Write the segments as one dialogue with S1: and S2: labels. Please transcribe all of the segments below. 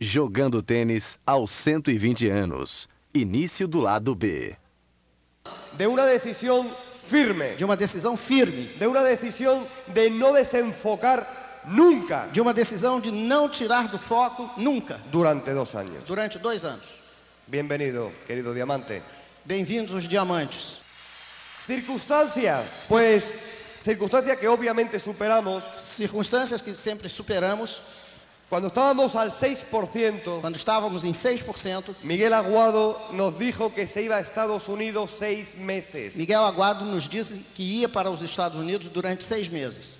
S1: Jogando tênis aos 120 anos. Início do lado B.
S2: de una decisión firme,
S3: de uma decisão firme,
S2: de una decisión de no desenfocar nunca
S3: de uma decisão de não tirar do foco nunca,
S2: durante dos años.
S3: durante dois anos.
S2: Bienvenido, querido diamante.
S3: Bem-vindos os diamantes.
S2: Circunstancias, pues circunstancias que obviamente superamos.
S3: Circunstâncias que sempre superamos.
S2: Cuando estábamos al 6%,
S3: Quando estávamos em 6%,
S2: Miguel Aguado nos dijo que se iba a Estados Unidos seis meses.
S3: Miguel Aguado nos disse que ia para os Estados Unidos durante seis meses.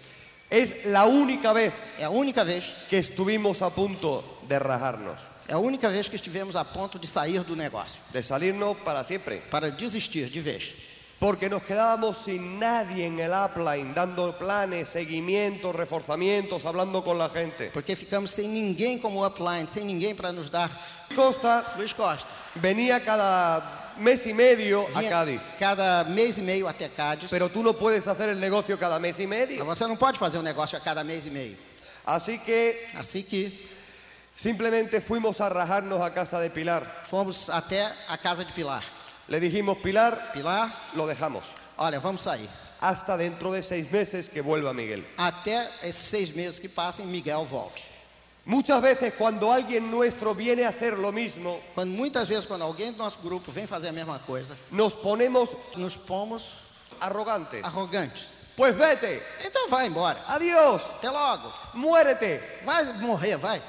S2: Es la única vez
S3: É a única vez,
S2: que estuvimos a punto de rajarnos,
S3: é a única vez que estivemos a ponto de sair do negócio,
S2: de salirnos para siempre.
S3: para desistir de vez.
S2: Porque nos quedábamos sin nadie en el upline, dando planes, seguimientos, reforzamientos, hablando con la gente.
S3: Porque ficamos sem ninguém como upline, sem ninguém para nos dar.
S2: Costa
S3: Luiz Costa.
S2: venía cada mes y medio a
S3: vinha
S2: Cádiz.
S3: Cada mês e meio até Cádiz.
S2: Pero tú no puedes hacer el negocio cada mes y
S3: Mas
S2: medio.
S3: Você não pode fazer um negócio a cada mês e meio.
S2: Así que
S3: Assim que
S2: simplemente fuimos a rajarnos a casa de Pilar.
S3: fomos até a casa de Pilar.
S2: Le dijimos, Pilar,
S3: Pilar,
S2: lo dejamos.
S3: olha, vamos sair.
S2: Hasta dentro de seis meses que vuelva Miguel.
S3: Até esses seis meses que passem, Miguel volte.
S2: Muchas veces cuando alguien nuestro viene a hacer lo mismo,
S3: Quando muitas vezes, quando alguém do nosso grupo vem fazer a mesma coisa,
S2: nos ponemos
S3: nos pomos
S2: arrogantes.
S3: Ah. arrogantes.
S2: Pues vete,
S3: Então vai embora.
S2: adiós,
S3: Até logo.
S2: muérete.
S3: Vai morrer, vai.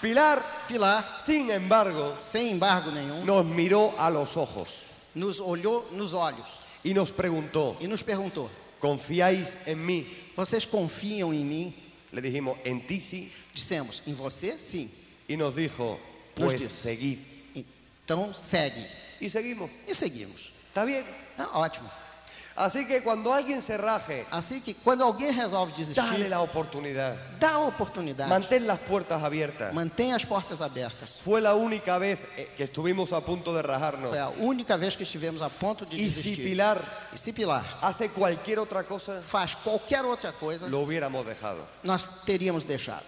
S2: Pilar,
S3: Pilar,
S2: sin embargo,
S3: sem embargo nenhum,
S2: nos miró a los ojos
S3: nos olhou nos olhos
S2: y nos preguntó,
S3: e nos perguntou:
S2: ¿confiáis en mí?
S3: Vocês confiam em mim?
S2: Le dijimos, en ti sí.
S3: Dissemos: Em você, sim.
S2: Y nos dijo,
S3: Nos
S2: pues
S3: dijo.
S2: seguid.
S3: Então segue.
S2: Y seguimos.
S3: E seguimos.
S2: ¿Está bien?
S3: Ah, ótimo.
S2: Así que cuando alguien se raje,
S3: Assim que quando alguém resolve
S2: dale
S3: desistir,
S2: la oportunidad.
S3: dá a oportunidade.
S2: Mantén las puertas abiertas.
S3: Mantenha as portas abertas.
S2: Fue la única vez eh, que estuvimos a punto de rajarnos.
S3: Foi a única vez que estivemos a ponto de
S2: Y si
S3: desistir.
S2: Pilar
S3: E se Pilar
S2: hace cualquier otra cosa,
S3: faz qualquer outra coisa,
S2: lo hubiéramos dejado.
S3: nós teríamos deixado.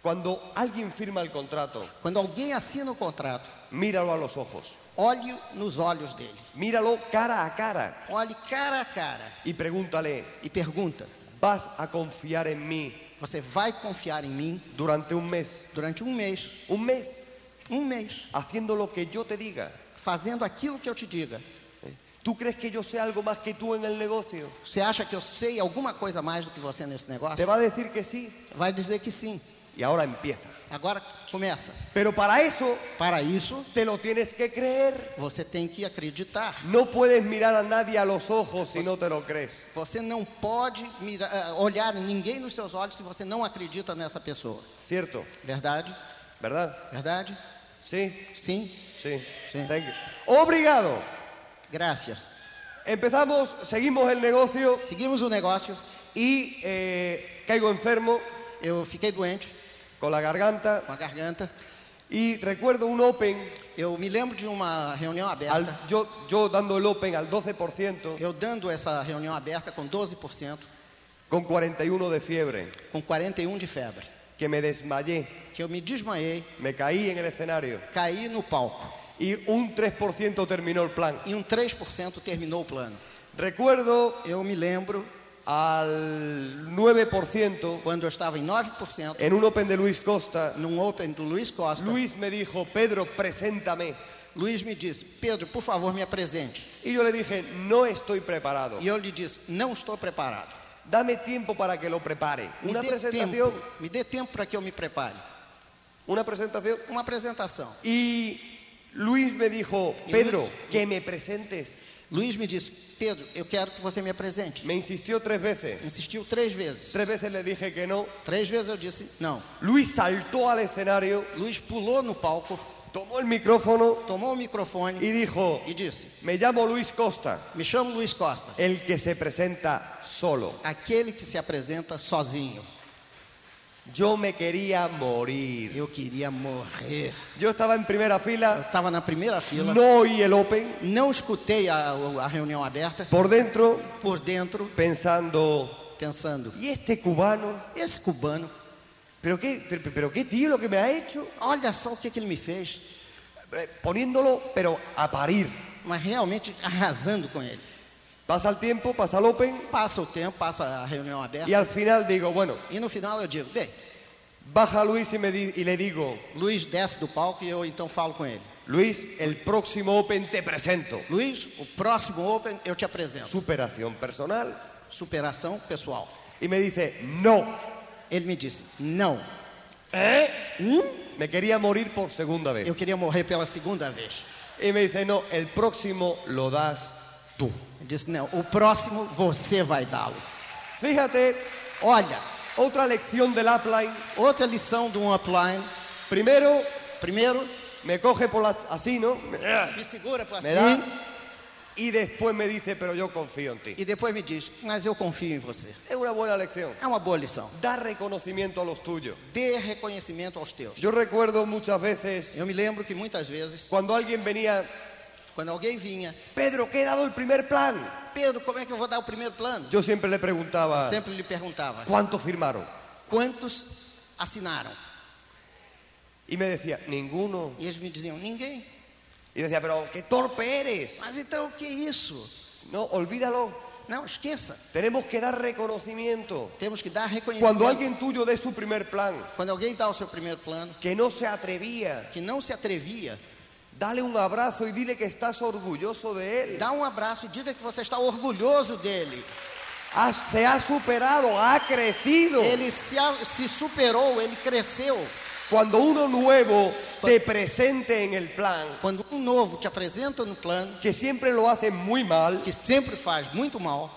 S2: Cuando alguien firma el contrato,
S3: Quando alguém assina o contrato,
S2: míralo a los ojos.
S3: olhe nos olhos dele.
S2: Míralo cara a cara.
S3: Olhe cara a cara
S2: y pregúntale,
S3: e pergunta:
S2: ¿vas a confiar en mí
S3: Você vai confiar em mim
S2: durante un mes?
S3: durante um mês?
S2: Un mes
S3: Um mês.
S2: haciendo lo que yo te diga.
S3: Fazendo aquilo que eu te diga.
S2: ¿Tú crees que yo sé algo más que tú en el negocio?
S3: Você acha que eu sei alguma coisa a mais do que você nesse
S2: Te
S3: negócio?
S2: va a decir que sí.
S3: Vai dizer que sim.
S2: Y ahora empieza.
S3: Agora começa.
S2: Pero para eso
S3: Para isso,
S2: te lo tienes que creer.
S3: você tem que acreditar.
S2: No puedes mirar a nadie a los ojos si no te lo crees.
S3: Você não pode mirar, eh, olhar ninguém nos seus olhos se você não acredita nessa pessoa.
S2: ¿Cierto?
S3: Verdade?
S2: ¿Verdad?
S3: Verdade?
S2: Sí,
S3: Sim?
S2: sí.
S3: Sí.
S2: Thank you. Obrigado.
S3: Graças.
S2: Empezamos, seguimos el negocio
S3: Seguimos o negócio.
S2: y eh, caigo enfermo
S3: Eu fiquei doente,
S2: con la garganta
S3: com a garganta.
S2: y recuerdo un open
S3: Eu me lembro de uma reunião aberta.
S2: Al- yo, yo dando el Open al 12%
S3: Eu dando essa reunião aberta com 12%,
S2: con 41 de fiebre,
S3: com 41 de febre.
S2: que me desmayé,
S3: Que eu me desmaiei,
S2: me caí en el escenario
S3: caí no palco.
S2: y un 3% terminó el plan.
S3: E um 3% terminou o plano.
S2: Recuerdo
S3: Eu me lembro
S2: al 9%
S3: quando eu estava em 9%,
S2: en un Open de Luis Costa,
S3: num Open do Luiz Costa.
S2: Luis me dijo, Pedro, preséntame.
S3: Luiz me disse, Pedro, por favor, me apresente.
S2: Y yo le dije, no estoy preparado.
S3: E eu lhe disse, não estou preparado.
S2: Dame tiempo para que lo prepare.
S3: Me
S2: Una
S3: dê
S2: presentación,
S3: tempo, me dê tempo para que eu me prepare.
S2: una presentación.
S3: Uma apresentação.
S2: Y Luis me dijo,
S3: Y
S2: Pedro,
S3: Luis-
S2: que me presentes.
S3: Luiz me disse, Pedro, eu quero que você me apresente.
S2: Me insistió tres veces.
S3: Insistiu três vezes.
S2: Tres veces le dije que no.
S3: Três vezes eu disse, não.
S2: Luis saltó al escenario,
S3: Luiz pulou no palco,
S2: tomó el micrófono
S3: tomou o microfone
S2: y dijo,
S3: e disse,
S2: me llamo Luis Costa,
S3: me chamo Luiz Costa,
S2: el que se presenta solo.
S3: aquele que se apresenta sozinho.
S2: Yo me quería morir.
S3: Eu queria morrer.
S2: Yo estaba en primera
S3: Eu
S2: fila,
S3: estava na primeira fila,
S2: no oí el Open,
S3: não escutei a, a reunião aberta,
S2: por dentro
S3: por dentro,
S2: pensando,
S3: pensando,
S2: ¿y este cubano?
S3: esse cubano
S2: Pero qué, pero, pero qué tío lo que me ha hecho.
S3: Olha só o que, que ele me fez,
S2: Eh, Poniéndolo, pero a parir.
S3: mas realmente arrasando com ele.
S2: Pasa el tiempo, pasa el Open
S3: Passa o tempo, passa a reunião
S2: y
S3: aberta.
S2: al final digo, bueno,
S3: E no final eu digo, bem,
S2: baja Luis y, me di- y le digo,
S3: Luiz desce do palco e eu então falo com ele.
S2: Luis, el próximo Open te presento.
S3: Luiz, o próximo Open eu te apresento.
S2: Superación personal.
S3: Superação pessoal.
S2: Y me dice, no,
S3: Ele me disse, não, Hum?
S2: me quería morir por segunda vez.
S3: eu queria morrer pela segunda vez.
S2: Y me dice, no, el próximo lo das tú.
S3: Ele disse, não, o próximo você vai dá-lo.
S2: Fíjate,
S3: Olha,
S2: otra lección del upline.
S3: outra lição do upline.
S2: Primero,
S3: Primeiro,
S2: me coge por las... así, ¿no?
S3: me segura para
S2: Me da
S3: assim
S2: y después me dice, pero yo confío en ti.
S3: e depois me diz, mas eu confio em você.
S2: Es una buena lección.
S3: É uma boa lição.
S2: Da reconocimiento a los tuyos.
S3: Dê reconhecimento aos teus.
S2: Yo recuerdo muchas veces
S3: Eu me lembro que muitas vezes,
S2: cuando alguien venía,
S3: quando alguém vinha,
S2: Pedro, que he dado el primer plan.
S3: Pedro, como é que eu vou dar o primeiro plano?
S2: Yo siempre le preguntaba,
S3: Sempre lhe perguntava,
S2: ¿cuánto firmaron?
S3: quantos assinaram?
S2: Y me decía, ninguno.
S3: E eles me diziam, ninguém.
S2: Y decía, pero qué torpe eres.
S3: Mas então o que é isso?
S2: No, olvídalo.
S3: Não, esqueça.
S2: Tenemos que dar reconocimiento.
S3: Temos que dar reconhecimento.
S2: Cuando alguien tuyo dé su primer plan,
S3: Quando alguém dá o seu primeiro plano,
S2: que no se atrevía,
S3: que não se atrevia,
S2: dale un abrazo y dile que estás orgulloso de él.
S3: dá um abraço e diga que você está orgulhoso dele.
S2: Ha- se ha superado, ha crecido.
S3: Ele se, a- se superou, ele cresceu.
S2: Cuando uno nuevo te presente en el plan,
S3: Quando um novo te apresenta no plano,
S2: que siempre lo hace muy mal,
S3: que sempre faz muito mal,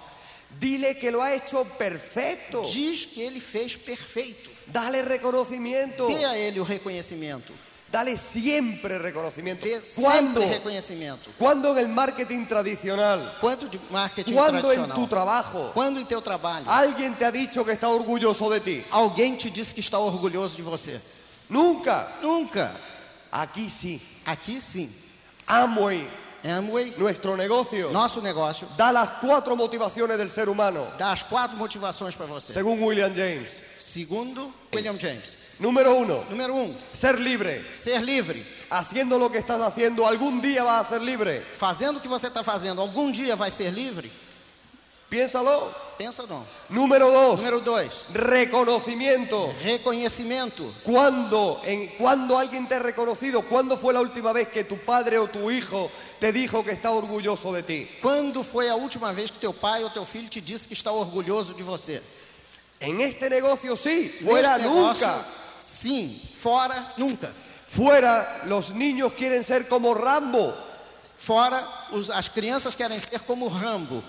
S2: dile que lo ha hecho perfecto.
S3: diz que ele fez perfeito.
S2: Dale reconocimiento.
S3: Dê a ele o reconhecimento.
S2: Dale siempre reconocimiento.
S3: Dê
S2: ¿Cuándo?
S3: sempre reconhecimento.
S2: ¿Cuándo en el marketing tradicional?
S3: Quanto de marketing
S2: ¿Cuándo en
S3: tradicional?
S2: tu trabajo?
S3: Quando em teu trabalho?
S2: ¿Alguien te ha dicho que está orgulloso de ti?
S3: Alguém te disse que está orgulhoso de você?
S2: Nunca.
S3: Nunca.
S2: Aquí sí.
S3: Aqui sim.
S2: Amway,
S3: Amway,
S2: nuestro negocio,
S3: nosso negócio,
S2: da las cuatro motivaciones del ser humano,
S3: dá as quatro motivações para você.
S2: según William James.
S3: Segundo William James.
S2: Número uno,
S3: Número um,
S2: ser libre.
S3: ser livre.
S2: Haciendo lo que estás haciendo, algún día vas a ser libre.
S3: Fazendo o que você está fazendo, algum dia vai ser livre?
S2: Piénsalo.
S3: Pensa não.
S2: Número dos,
S3: Número dois,
S2: reconocimiento.
S3: reconhecimento.
S2: ¿Cuándo, en, ¿Cuándo alguien te ha reconocido? ¿Cuándo fue la última vez que tu padre o tu hijo te dijo que está orgulloso de ti?
S3: Quando foi a última vez que teu pai ou teu filho te disse que está orgulhoso de você?
S2: En este negocio sí, fuera
S3: Neste negócio,
S2: nunca.
S3: Sim, fora nunca.
S2: Fuera los niños quieren ser como Rambo.
S3: Fora os- as crianças querem ser como Rambo.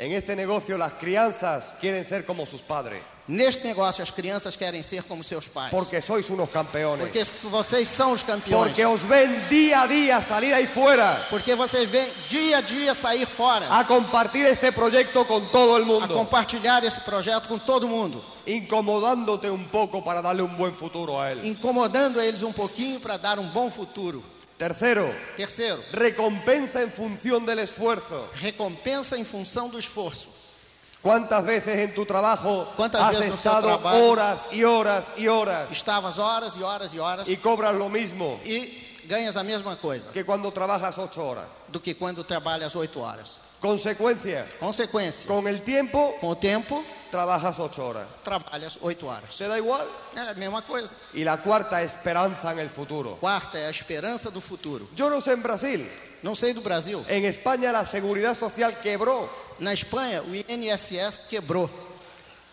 S2: En este negocio las crianzas quieren ser como sus padres,
S3: Neste negócio as crianças querem ser como seus pais.
S2: porque sois unos campeones.
S3: Porque se vocês são os campeões.
S2: Porque os ven día a día salir ahí fuera
S3: Porque vocês vêm dia a dia sair fora
S2: a compartir este proyecto con todo el
S3: a
S2: mundo,
S3: compartilhar esse projeto com todo mundo,
S2: incomodándote un poco para darle un buen futuro a él.
S3: incomodando eles um pouquinho para dar um bom futuro.
S2: Tercero,
S3: Terceiro,
S2: recompensa en función del esfuerzo.
S3: recompensa em função do esforço.
S2: ¿Cuántas veces en tu trabajo
S3: ¿Cuántas
S2: has
S3: veces en tu
S2: estado
S3: trabajo?
S2: horas y horas y horas
S3: Estavas horas e horas e horas
S2: y cobras lo mismo
S3: e ganhas a mesma coisa
S2: que cuando trabajas ocho horas?
S3: do que quando trabalhas oito horas.
S2: Consecuencia,
S3: Consequência,
S2: con el tiempo
S3: com o tempo,
S2: trabajas ocho horas.
S3: trabalhas oito horas.
S2: ¿Te da igual?
S3: É a mesma coisa.
S2: Y la cuarta, esperanza en el futuro.
S3: Quarta é a esperança do futuro.
S2: Yo no sé en Brasil,
S3: Não sei do Brasil.
S2: en España la seguridad social quebró.
S3: Na Espanha, o INSS quebrou.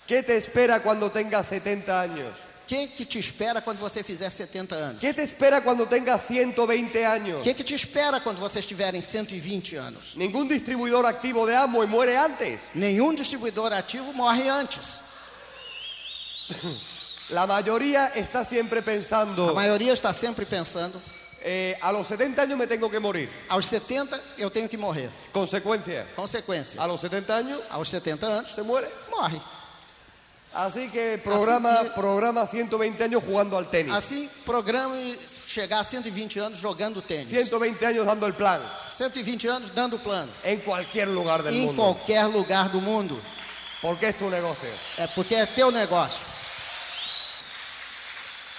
S2: ¿Qué te espera cuando tengas 70 años?
S3: O que, que te espera quando você fizer 70 anos?
S2: ¿Qué te espera cuando tengas 120
S3: O
S2: años?
S3: que, que te espera quando vocês tiverem 120 anos?
S2: Ningún distribuidor activo de Amway muere antes.
S3: Nenhum distribuidor ativo morre antes.
S2: La mayoría está siempre
S3: A
S2: pensando,
S3: maioria está sempre pensando:
S2: eh, a los 70 años me tengo que morir.
S3: aos 70 eu tenho que morrer.
S2: Consecuencia,
S3: Consequência:
S2: a los 70 años
S3: aos 70 anos
S2: se muere.
S3: morre.
S2: Así que programa,
S3: que-
S2: programa 120 años jugando al tenis.
S3: Assim, programe chegar a 120 anos jogando tênis.
S2: 120 años dando el plan
S3: 120 anos dando plano.
S2: en cualquier lugar del
S3: Em
S2: É mundo.
S3: qualquer lugar do mundo.
S2: Porque es tu negocio.
S3: É porque é teu negócio.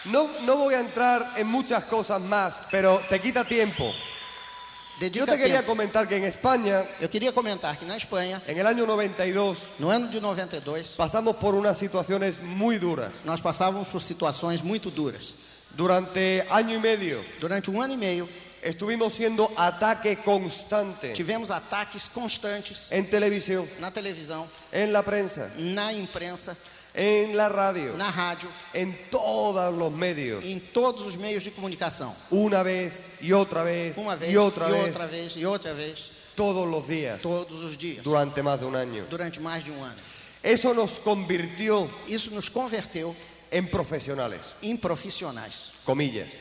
S2: No, no voy a entrar en muchas cosas más, pero te quita tiempo. Yo
S3: Dedica
S2: te quería
S3: tempo.
S2: comentar que en España,
S3: Eu quería comentar que na Espanha,
S2: en el año 92,
S3: no ano de 92,
S2: pasamos por unas situaciones muy duras.
S3: nós passávamos por situações muito duras.
S2: Durante año y medio
S3: Durante um ano e meio,
S2: estuvimos siendo ataque constante
S3: tivemos ataques constantes
S2: en televisión,
S3: na televisão,
S2: en la prensa,
S3: na imprensa,
S2: en la radio,
S3: na rádio,
S2: en todos los medios.
S3: em todos os meios de comunicação.
S2: Una vez y otra vez
S3: Uma vez,
S2: y otra vez,
S3: outra vez, e outra vez,
S2: todos los días,
S3: todos os dias,
S2: durante más de un año.
S3: durante mais de um ano.
S2: Eso nos convirtió
S3: Isso nos converteu
S2: en profesionales,
S3: em profissionais.
S2: comillas,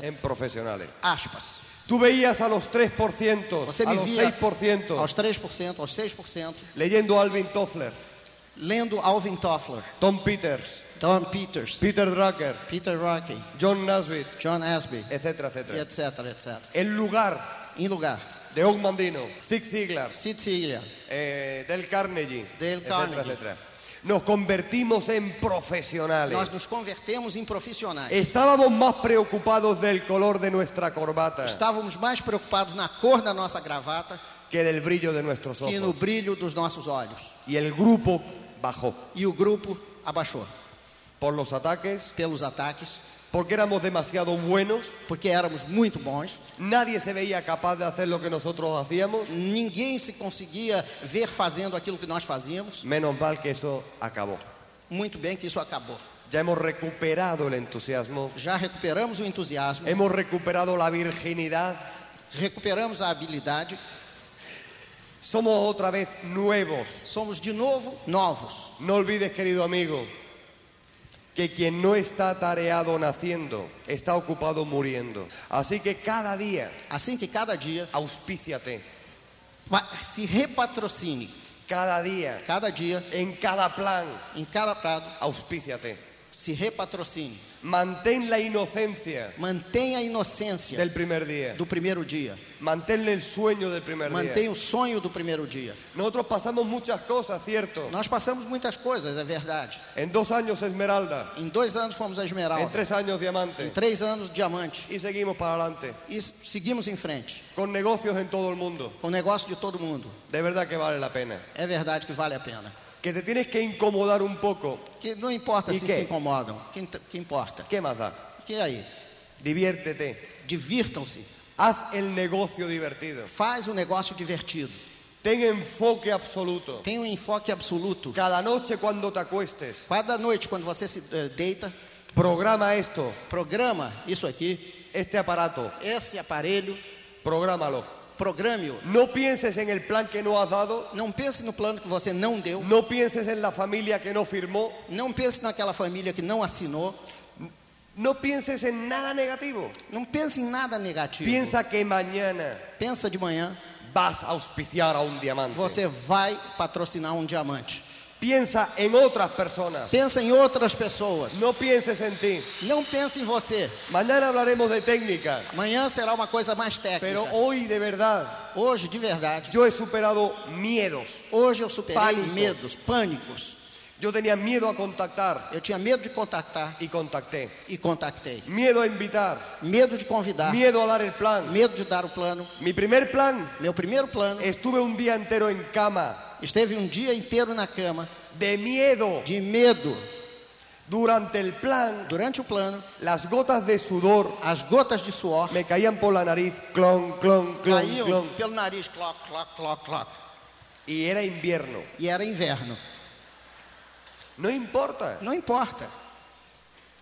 S2: en profesionales.
S3: Aspas.
S2: Tú veías a los 3%,
S3: Você
S2: a
S3: me
S2: los
S3: via
S2: 6%,
S3: aos 3%, aos 6%,
S2: leyendo Alvin Toffler,
S3: lendo Alvin Toffler,
S2: Tom Peters,
S3: Tom Peters,
S2: Peter Drucker,
S3: Peter Rocky,
S2: John Nesbitt,
S3: John Asby,
S2: etcétera, etcétera.
S3: e etc, etc.
S2: El lugar
S3: Em lugar,
S2: de Og Mandino, Zig Ziglar,
S3: Sid Sigler,
S2: eh, Del Carnegie,
S3: Del
S2: etcétera,
S3: Carnegie.
S2: etcétera. Nos convertimos en profesionales.
S3: nós nos convertemos em profissionais.
S2: Estábamos más preocupados del color de nuestra corbata
S3: Estávamos mais preocupados na cor da nossa gravata
S2: que del brillo de nuestros
S3: que no
S2: ojos.
S3: brilho dos nossos olhos.
S2: Y el grupo bajó
S3: E o grupo abaixou
S2: por los ataques,
S3: pelos ataques,
S2: porque éramos demasiado buenos,
S3: porque éramos muito bons,
S2: nadie se veía capaz de hacer lo que nosotros hacíamos.
S3: ninguém se conseguia ver fazendo aquilo que nós fazíamos.
S2: Menos mal que eso acabó.
S3: Muito bem que isso acabou.
S2: Ya hemos recuperado el entusiasmo,
S3: Já recuperamos o entusiasmo,
S2: hemos recuperado la virginidad,
S3: recuperamos a habilidade,
S2: somos otra vez nuevos.
S3: somos de novo novos.
S2: No olvides, querido amigo, que quien no está atareado naciendo, está ocupado muriendo. Así que cada día
S3: Assim que cada dia
S2: auspíciate,
S3: pa- se repatrocine,
S2: cada día,
S3: cada dia,
S2: en cada plan,
S3: em cada prado,
S2: auspíciate.
S3: se repatrocine.
S2: Mantén la inocencia
S3: Mantenha a inocência
S2: del primer día,
S3: do primeiro dia.
S2: mantén el sueño del primer día.
S3: Mantenha o sonho do primeiro dia.
S2: Nosotros pasamos muchas cosas, cierto.
S3: Nós passamos muitas coisas, é verdade.
S2: En dos años Esmeralda,
S3: Em dois anos fomos a
S2: en
S3: Esmeralda.
S2: tres anos
S3: Em
S2: Diamante
S3: três anos, Diamante.
S2: y seguimos para adelante,
S3: E s- seguimos em frente,
S2: con negocios en todo el mundo.
S3: com o negócio de todo mundo.
S2: De verdad que vale la pena.
S3: É verdade que vale a pena.
S2: Que te tienes que incomodar un poco.
S3: Que não importa
S2: E
S3: se
S2: que?
S3: se incomodam. Que, int- que importa?
S2: ¿Qué más da?
S3: Que aí?
S2: Diviértete.
S3: Divirtam-se.
S2: Haz el negocio divertido.
S3: Faz um negócio divertido.
S2: Ten enfoque absoluto.
S3: Tem um enfoque absoluto.
S2: Cada noche cuando te acuestes,
S3: Cada noite, quando você se eh, deita,
S2: programa esto,
S3: programa isso aqui,
S2: este aparato,
S3: esse aparelho,
S2: prográmalo.
S3: programe-o.
S2: No pienses en el plan que no has dado,
S3: Não pense no plano que você não deu.
S2: no pienses en la familia que no firmó,
S3: Não pense naquela família que não assinou.
S2: no pienses en nada negativo.
S3: Não pense em nada negativo.
S2: Piensa que mañana
S3: Pensa de manhã,
S2: vas a auspiciar a un diamante.
S3: você vai patrocinar um diamante.
S2: Piensa en otras personas.
S3: Pensa em outras pessoas.
S2: No pienses en ti.
S3: Não pense em você.
S2: Mañana hablaremos de técnica.
S3: Amanhã será uma coisa mais
S2: Pero
S3: técnica.
S2: hoy de verdad
S3: Hoje, de verdade,
S2: yo he superado miedos.
S3: hoje eu superei
S2: Pânico.
S3: medos, pânicos.
S2: Yo tenía miedo a contactar
S3: Eu tinha medo de contactar
S2: y contacté.
S3: e contactei.
S2: Miedo a invitar.
S3: Medo de convidar,
S2: Miedo a dar el plan.
S3: medo de dar o plano.
S2: Mi primer plan,
S3: Meu primeiro plano,
S2: estuve un día entero en cama
S3: esteve um dia inteiro na cama,
S2: de miedo.
S3: de medo.
S2: Durante el plan,
S3: Durante o plano,
S2: las gotas de sudor
S3: as gotas de suor
S2: me caían por la nariz. Clon, clon, clon,
S3: caíam
S2: clon.
S3: pelo nariz, cloc, cloc, cloc, cloc.
S2: Y era invierno.
S3: E era inverno.
S2: No importa,
S3: Não importa,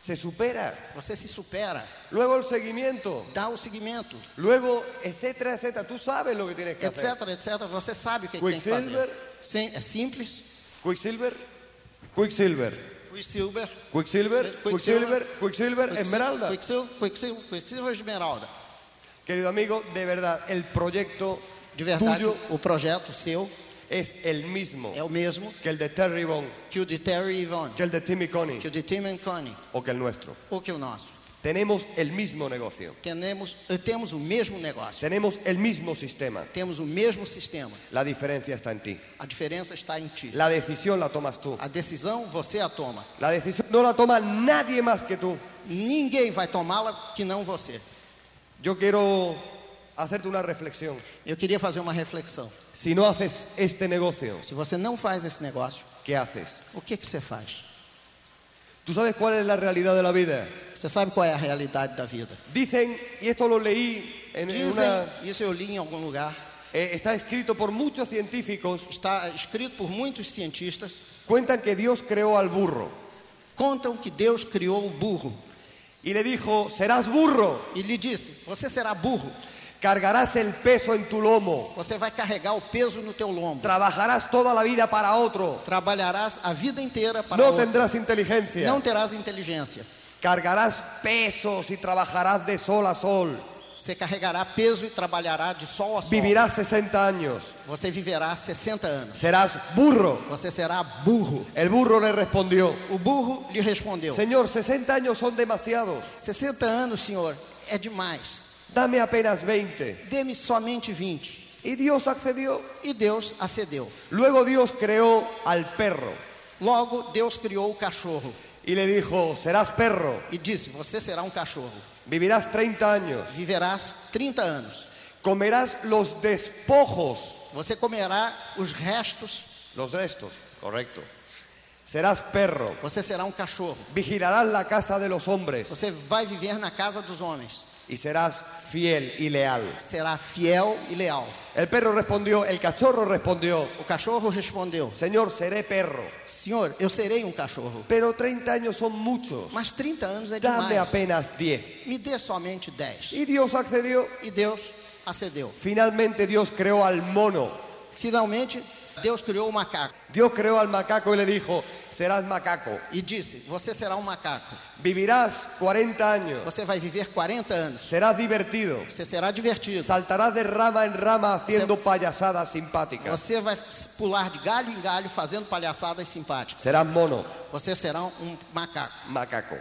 S2: se supera.
S3: você se supera,
S2: Luego el seguimiento.
S3: dá o seguimento,
S2: Luego, etcétera, etcétera. Tú sabes lo que tienes que
S3: etc,
S2: hacer.
S3: etc. Você sabe o que, que tem que fazer.
S2: Quicksilver?
S3: Sim, é simples.
S2: Quicksilver, Quicksilver,
S3: O silver,
S2: Quicksilver, Quicksilver, Quicksilver, Esmeralda.
S3: Quicksilver, Quicksilver, Quicksilver, Esmeralda.
S2: Querido amigo, de verdad, el proyecto
S3: De verdade,
S2: tuyo
S3: o projeto seu
S2: es el mismo
S3: é o mesmo
S2: que el de Terry Bond,
S3: que o de Terry Yvonne,
S2: que el de Timmy Connie
S3: que o de Tim and Connie,
S2: o que el nuestro.
S3: ou que o nosso.
S2: Tenemos el mismo negocio,
S3: Temos, eh, temos o mesmo negócio,
S2: tenemos el mismo sistema.
S3: temos o mesmo sistema.
S2: La diferencia está en ti.
S3: A diferença está em ti.
S2: La decisión la tomas tú.
S3: A decisão você a toma.
S2: La decisión no la toma nadie más que tú.
S3: Ninguém vai tomá-la que não você.
S2: Yo quiero hacerte una reflexión.
S3: Eu queria fazer uma reflexão.
S2: Si no haces este negocio,
S3: Se você não faz esse negócio,
S2: ¿qué haces?
S3: o que, que você faz?
S2: ¿Tú sabes cuál es la realidad de la vida?
S3: Você sabe qual é a realidade da vida.
S2: Dicen, y esto lo leí en en
S3: Dizem,
S2: una...
S3: isso eu li em algum lugar,
S2: eh, está escrito por muchos científicos,
S3: está escrito por muitos cientistas,
S2: cuentan que Dios creó al burro
S3: contam que Deus criou o burro
S2: y le dijo, serás burro,
S3: e lhe disse: Você será burro,
S2: cargarás el peso en tu lomo,
S3: você vai carregar o peso no teu lombo,
S2: trabajarás toda la vida para otro,
S3: trabalharás a vida inteira para
S2: no
S3: outro.
S2: tendrás inteligencia,
S3: não terás inteligência.
S2: cargarás pesos y trabajarás de sol a sol,
S3: Você carregará peso e trabalhará de sol a sol.
S2: vivirás 60 años,
S3: Você viverá 60 anos.
S2: serás burro.
S3: Você será burro.
S2: El burro le respondió,
S3: O burro lhe respondeu:
S2: Señor, 60 años son demasiados,
S3: 60 anos, senhor, é demais.
S2: dame apenas 20.
S3: Dê-me somente 20.
S2: Y Dios accedió.
S3: E Deus acedeu.
S2: Luego Dios creó al perro
S3: Logo, Deus criou o cachorro
S2: y le dijo, serás perro,
S3: e disse: Você será um cachorro.
S2: vivirás 30 años,
S3: Viverás 30 anos.
S2: comerás los despojos,
S3: Você comerá os restos.
S2: los restos, correcto. Serás perro,
S3: Você será um cachorro.
S2: vigilarás la casa de los hombres
S3: Você vai viver na casa dos homens.
S2: y serás fiel y leal.
S3: Será fiel e leal.
S2: El perro respondió, el cachorro respondió,
S3: O cachorro respondeu:
S2: Señor, seré perro,
S3: Senhor, eu serei um cachorro.
S2: pero 30 años son muchos,
S3: Mas 30 anos é
S2: dame
S3: demais.
S2: apenas 10.
S3: Me dê somente 10.
S2: Y Dios accedió.
S3: E Deus acedeu.
S2: Finalmente Dios creó al mono.
S3: Finalmente, Deus criou o macaco
S2: Dios creó al macaco y le dijo, serás macaco.
S3: e disse: Você será um macaco.
S2: Vivirás 40 años.
S3: Você vai viver 40 anos.
S2: Serás divertido.
S3: Você será divertido.
S2: Saltarás de rama en rama haciendo payasadas simpáticas.
S3: Você vai pular de galho em galho fazendo palhaçadas simpáticas.
S2: Serás mono,
S3: Você será um macaco.
S2: macaco.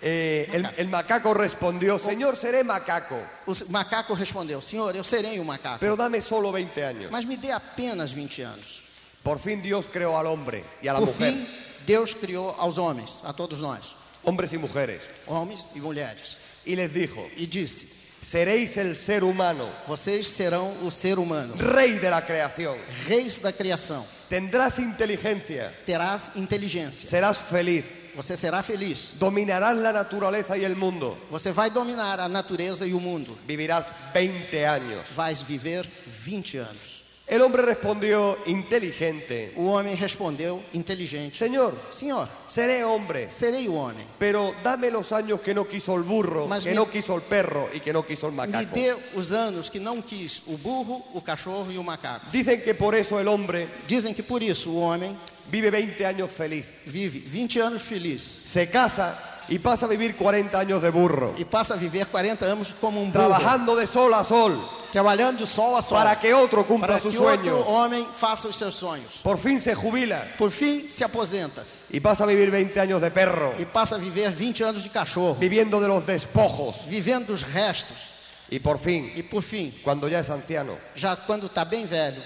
S2: Eh, el, el macaco respondió, Señor, seré macaco,
S3: O s- macaco respondeu: Senhor, eu serei um macaco.
S2: pero dame solo 20 años.
S3: Mas me dê apenas 20 anos.
S2: Por fin Dios creó al hombre y a la
S3: Por
S2: mujer,
S3: fim, Deus criou aos homens, a todos nós,
S2: hombres y mujeres,
S3: homens e mulheres,
S2: y les dijo,
S3: e disse:
S2: seréis el ser humano,
S3: Vocês serão o ser humano,
S2: rey de la creación.
S3: reis da criação.
S2: Tendrás inteligencia,
S3: Terás inteligência.
S2: serás feliz,
S3: Você será feliz.
S2: dominarás la naturaleza y el mundo.
S3: Você vai dominar a natureza e o mundo.
S2: Vivirás 20 años.
S3: Vais viver 20 anos.
S2: El hombre respondió inteligente,
S3: O homem respondeu inteligente:
S2: Señor,
S3: Senhor,
S2: seré hombre,
S3: serei o homem.
S2: pero dame los años que no quiso el burro,
S3: Mas
S2: que
S3: mi-
S2: no quiso el perro y que no quiso el
S3: Me
S2: macaco.
S3: dê os anos que não quis o burro, o cachorro e o macaco.
S2: Dicen que por eso el hombre
S3: Dizem que por isso o homem
S2: vive 20 años feliz,
S3: vive 20 anos feliz
S2: se casa y pasa a vivir 40 años de burro,
S3: e passa a viver 40 anos como um burro,
S2: trabajando de sol a sol
S3: trabalhando de sol a sol
S2: para que otro cumpla
S3: para
S2: su
S3: que
S2: sueño.
S3: outro homem faça os seus sonhos.
S2: Por fin se jubila
S3: Por fim, se aposenta
S2: y pasa a vivir 20 años de perro.
S3: e passa a viver 20 anos de cachorro,
S2: viviendo de los despojos.
S3: vivendo dos restos.
S2: Y por fin,
S3: E por fim,
S2: cuando ya es anciano,
S3: já quando está bem velho,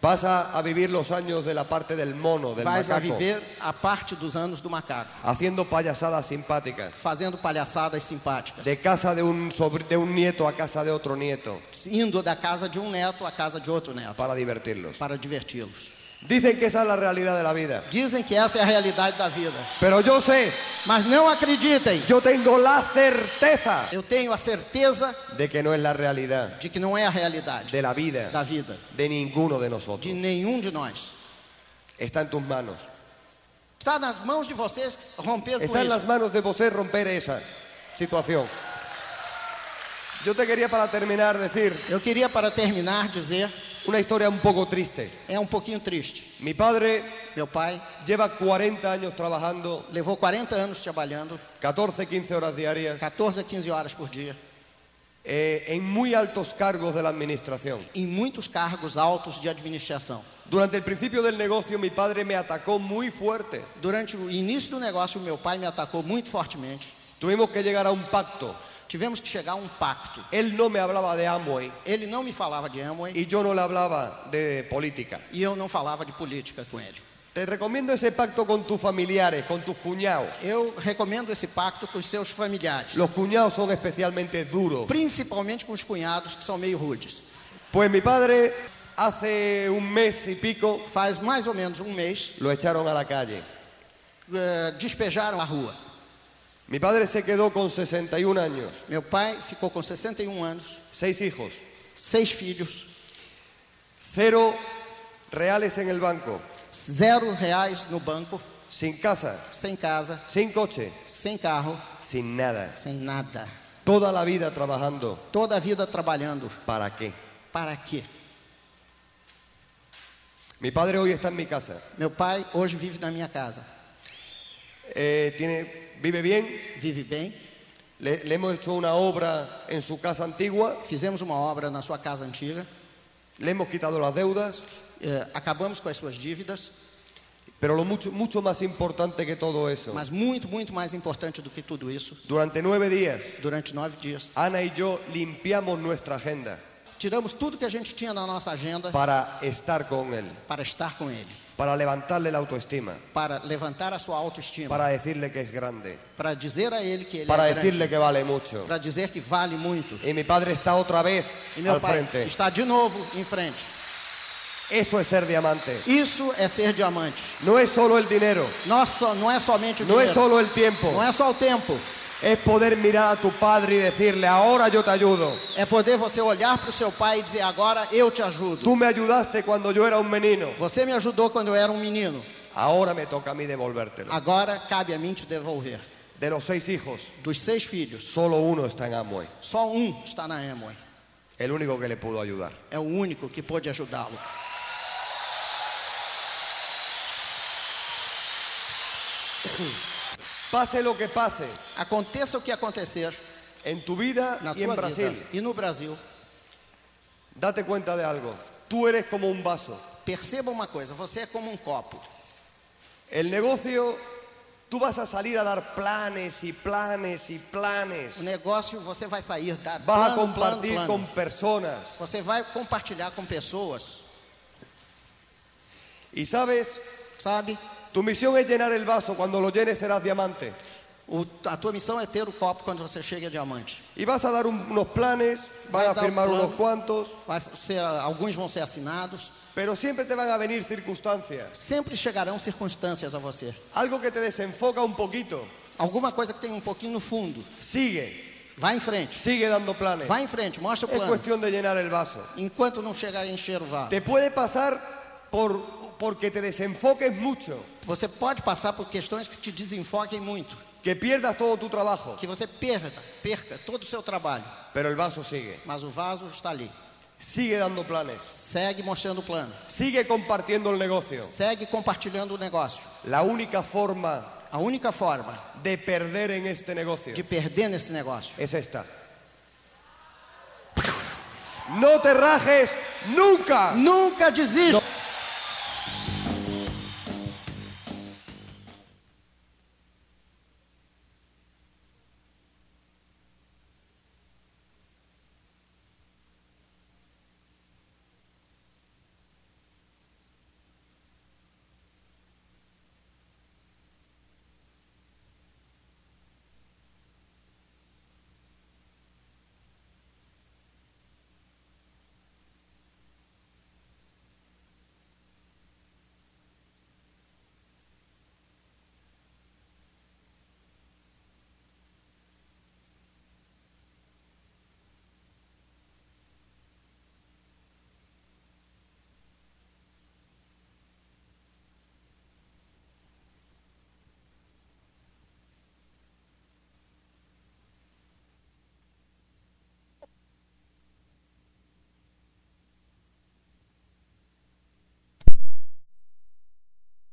S2: pasa a vivir los años de la parte del mono, del
S3: vais a
S2: macaco,
S3: viver a parte dos anos do macaco,
S2: haciendo payasadas simpáticas,
S3: fazendo palhaçadas simpáticas,
S2: de casa de un, sobr- de un nieto a casa de otro nieto,
S3: indo da casa de um neto à casa de outro neto
S2: para divertirlos.
S3: para diverti-los.
S2: Dicen que esa es la realidad de la vida.
S3: Dizem que essa é a realidade da vida,
S2: Pero yo sé,
S3: mas não acreditem.
S2: yo tengo la certeza
S3: Eu tenho a certeza
S2: de que no es la realidad
S3: de que não é a realidade
S2: de la vida
S3: da vida
S2: de ninguno de
S3: de
S2: nosotros.
S3: nenhum de nós.
S2: Está en tus manos.
S3: Está nas mãos de vocês romper com
S2: Está en las
S3: isso.
S2: manos de vos romper esa situación. Yo te quería para terminar decir
S3: Eu queria, para terminar, dizer,
S2: Una historia un poco triste.
S3: é um pouquinho triste.
S2: Mi padre
S3: Meu pai
S2: lleva 40 años trabajando,
S3: levou 40 anos trabalhando,
S2: 14, 15 horas diarias,
S3: 14 a 15 horas por dia,
S2: eh, en muy altos cargos de la administración.
S3: em muitos cargos altos de administração.
S2: Durante el principio del negocio mi padre me atacó muy fuerte.
S3: Durante o início do negócio, meu pai me atacou muito fortemente.
S2: Tuvimos que llegar a un pacto.
S3: Tivemos que chegar a um pacto.
S2: Él no me hablaba de Amway
S3: Ele não me falava de Amway
S2: y yo no le hablaba de política.
S3: e eu não falava de política com ele.
S2: Te recomiendo ese pacto con tus familiares, con tus cuñados.
S3: Eu recomendo esse pacto com os seus familiares,
S2: Los cuñados son especialmente duros.
S3: principalmente com os cunhados que são meio rudes.
S2: Pues mi padre hace un mes y pico
S3: Faz mais ou menos um mês,
S2: lo echaron a la calle.
S3: eh, despejaram a rua.
S2: Mi padre se quedó con 61 años,
S3: Meu pai ficou com 61 anos,
S2: seis hijos,
S3: seis filhos,
S2: cero reales en el banco,
S3: zero reais no banco,
S2: sin casa,
S3: sem casa,
S2: sin coche,
S3: sem carro,
S2: sin nada.
S3: sem nada.
S2: Toda la vida trabajando.
S3: Toda a vida trabalhando.
S2: ¿Para qué?
S3: Para quê?
S2: Mi padre hoy está en mi casa.
S3: Meu pai hoje vive na minha casa.
S2: Eh, tiene, vive bien.
S3: Vive bem.
S2: Le, le hemos hecho una obra en su casa antigua.
S3: Fizemos uma obra na sua casa antiga.
S2: Le hemos quitado las deudas.
S3: eh, acabamos com as suas dívidas.
S2: Pero lo mucho, mucho más importante que todo eso.
S3: Mas muito, muito mais importante do que tudo isso,
S2: Durante nueve días,
S3: durante nove dias,
S2: Ana y yo limpiamos nuestra agenda
S3: tiramos tudo que a gente tinha na nossa agenda
S2: para estar con él,
S3: para estar com ele,
S2: para levantarle la autoestima,
S3: para levantar a sua autoestima,
S2: para decirle que es grande,
S3: para dizer a ele que ele
S2: para
S3: é grande,
S2: decirle que vale mucho.
S3: para dizer que vale muito.
S2: Y mi padre está otra vez
S3: E meu
S2: al
S3: pai
S2: frente.
S3: está de novo em frente.
S2: Eso es ser diamante.
S3: Isso é ser diamante.
S2: No es solo el dinero,
S3: Nossa, não é somente o
S2: no es
S3: dinheiro,
S2: solo el tiempo,
S3: não é só o tempo.
S2: es poder mirar a tu padre y decirle, ahora yo te ayudo.
S3: É poder você olhar para o seu pai e dizer: agora eu te ajudo.
S2: Tú me ayudaste cuando yo era un menino,
S3: Você me ajudou quando eu era um menino.
S2: ahora me toca a mí devolvértelo.
S3: Agora cabe a mim te devolver.
S2: De los seis hijos,
S3: Dos seis filhos,
S2: solo uno está en Amway,
S3: só um está na Amway.
S2: el único que le pudo ayudar.
S3: É o único que pôde ajudá-lo.
S2: Pase lo que pase
S3: Aconteça o que acontecer
S2: en tu vida
S3: na
S2: y en
S3: sua vida
S2: Brasil,
S3: e no Brasil,
S2: date cuenta de algo. Tú eres como un vaso.
S3: perceba uma coisa: você é como um copo.
S2: El negocio, tú vas a salir a dar planes y planes y planes.
S3: O negócio você vai sair da
S2: Vas a
S3: plano, plano,
S2: compartir
S3: plano.
S2: con personas.
S3: Você vai compartilhar com pessoas,
S2: Y sabes,
S3: sabe?
S2: tu misión es llenar el vaso. Cuando lo llenes serás diamante.
S3: O- a tua missão é ter o copo quando você chega a diamante.
S2: Y vas a dar un- unos planes, van
S3: Vas a
S2: a
S3: dar un
S2: firmar
S3: plan.
S2: unos cuantos,
S3: Vai ser, alguns vão ser assinados.
S2: pero siempre te van a venir circunstancias.
S3: Sempre chegarão circunstâncias a você.
S2: Algo que te desenfoca un poquito.
S3: Alguma coisa que tem um pouquinho no fundo.
S2: Sigue,
S3: Vai em frente.
S2: sigue dando planes.
S3: Vai em frente, mostra o
S2: Es
S3: plano.
S2: cuestión de llenar el vaso.
S3: Enquanto não chegar a encher o vaso.
S2: Te puede pasar por, porque te desenfoques mucho,
S3: Você pode passar por questões que te desenfoquem muito.
S2: que pierdas todo tu trabajo,
S3: Que você perda, perca todo o seu trabalho.
S2: pero el vaso sigue.
S3: Mas o vaso está ali.
S2: Sigue dando planes,
S3: Segue mostrando o plano.
S2: sigue compartiendo el negocio.
S3: Segue compartilhando o negócio.
S2: La única forma
S3: A única forma
S2: de perder en este negocio
S3: de perder nesse negócio
S2: es esta. No te rajes nunca.
S3: Nunca desista.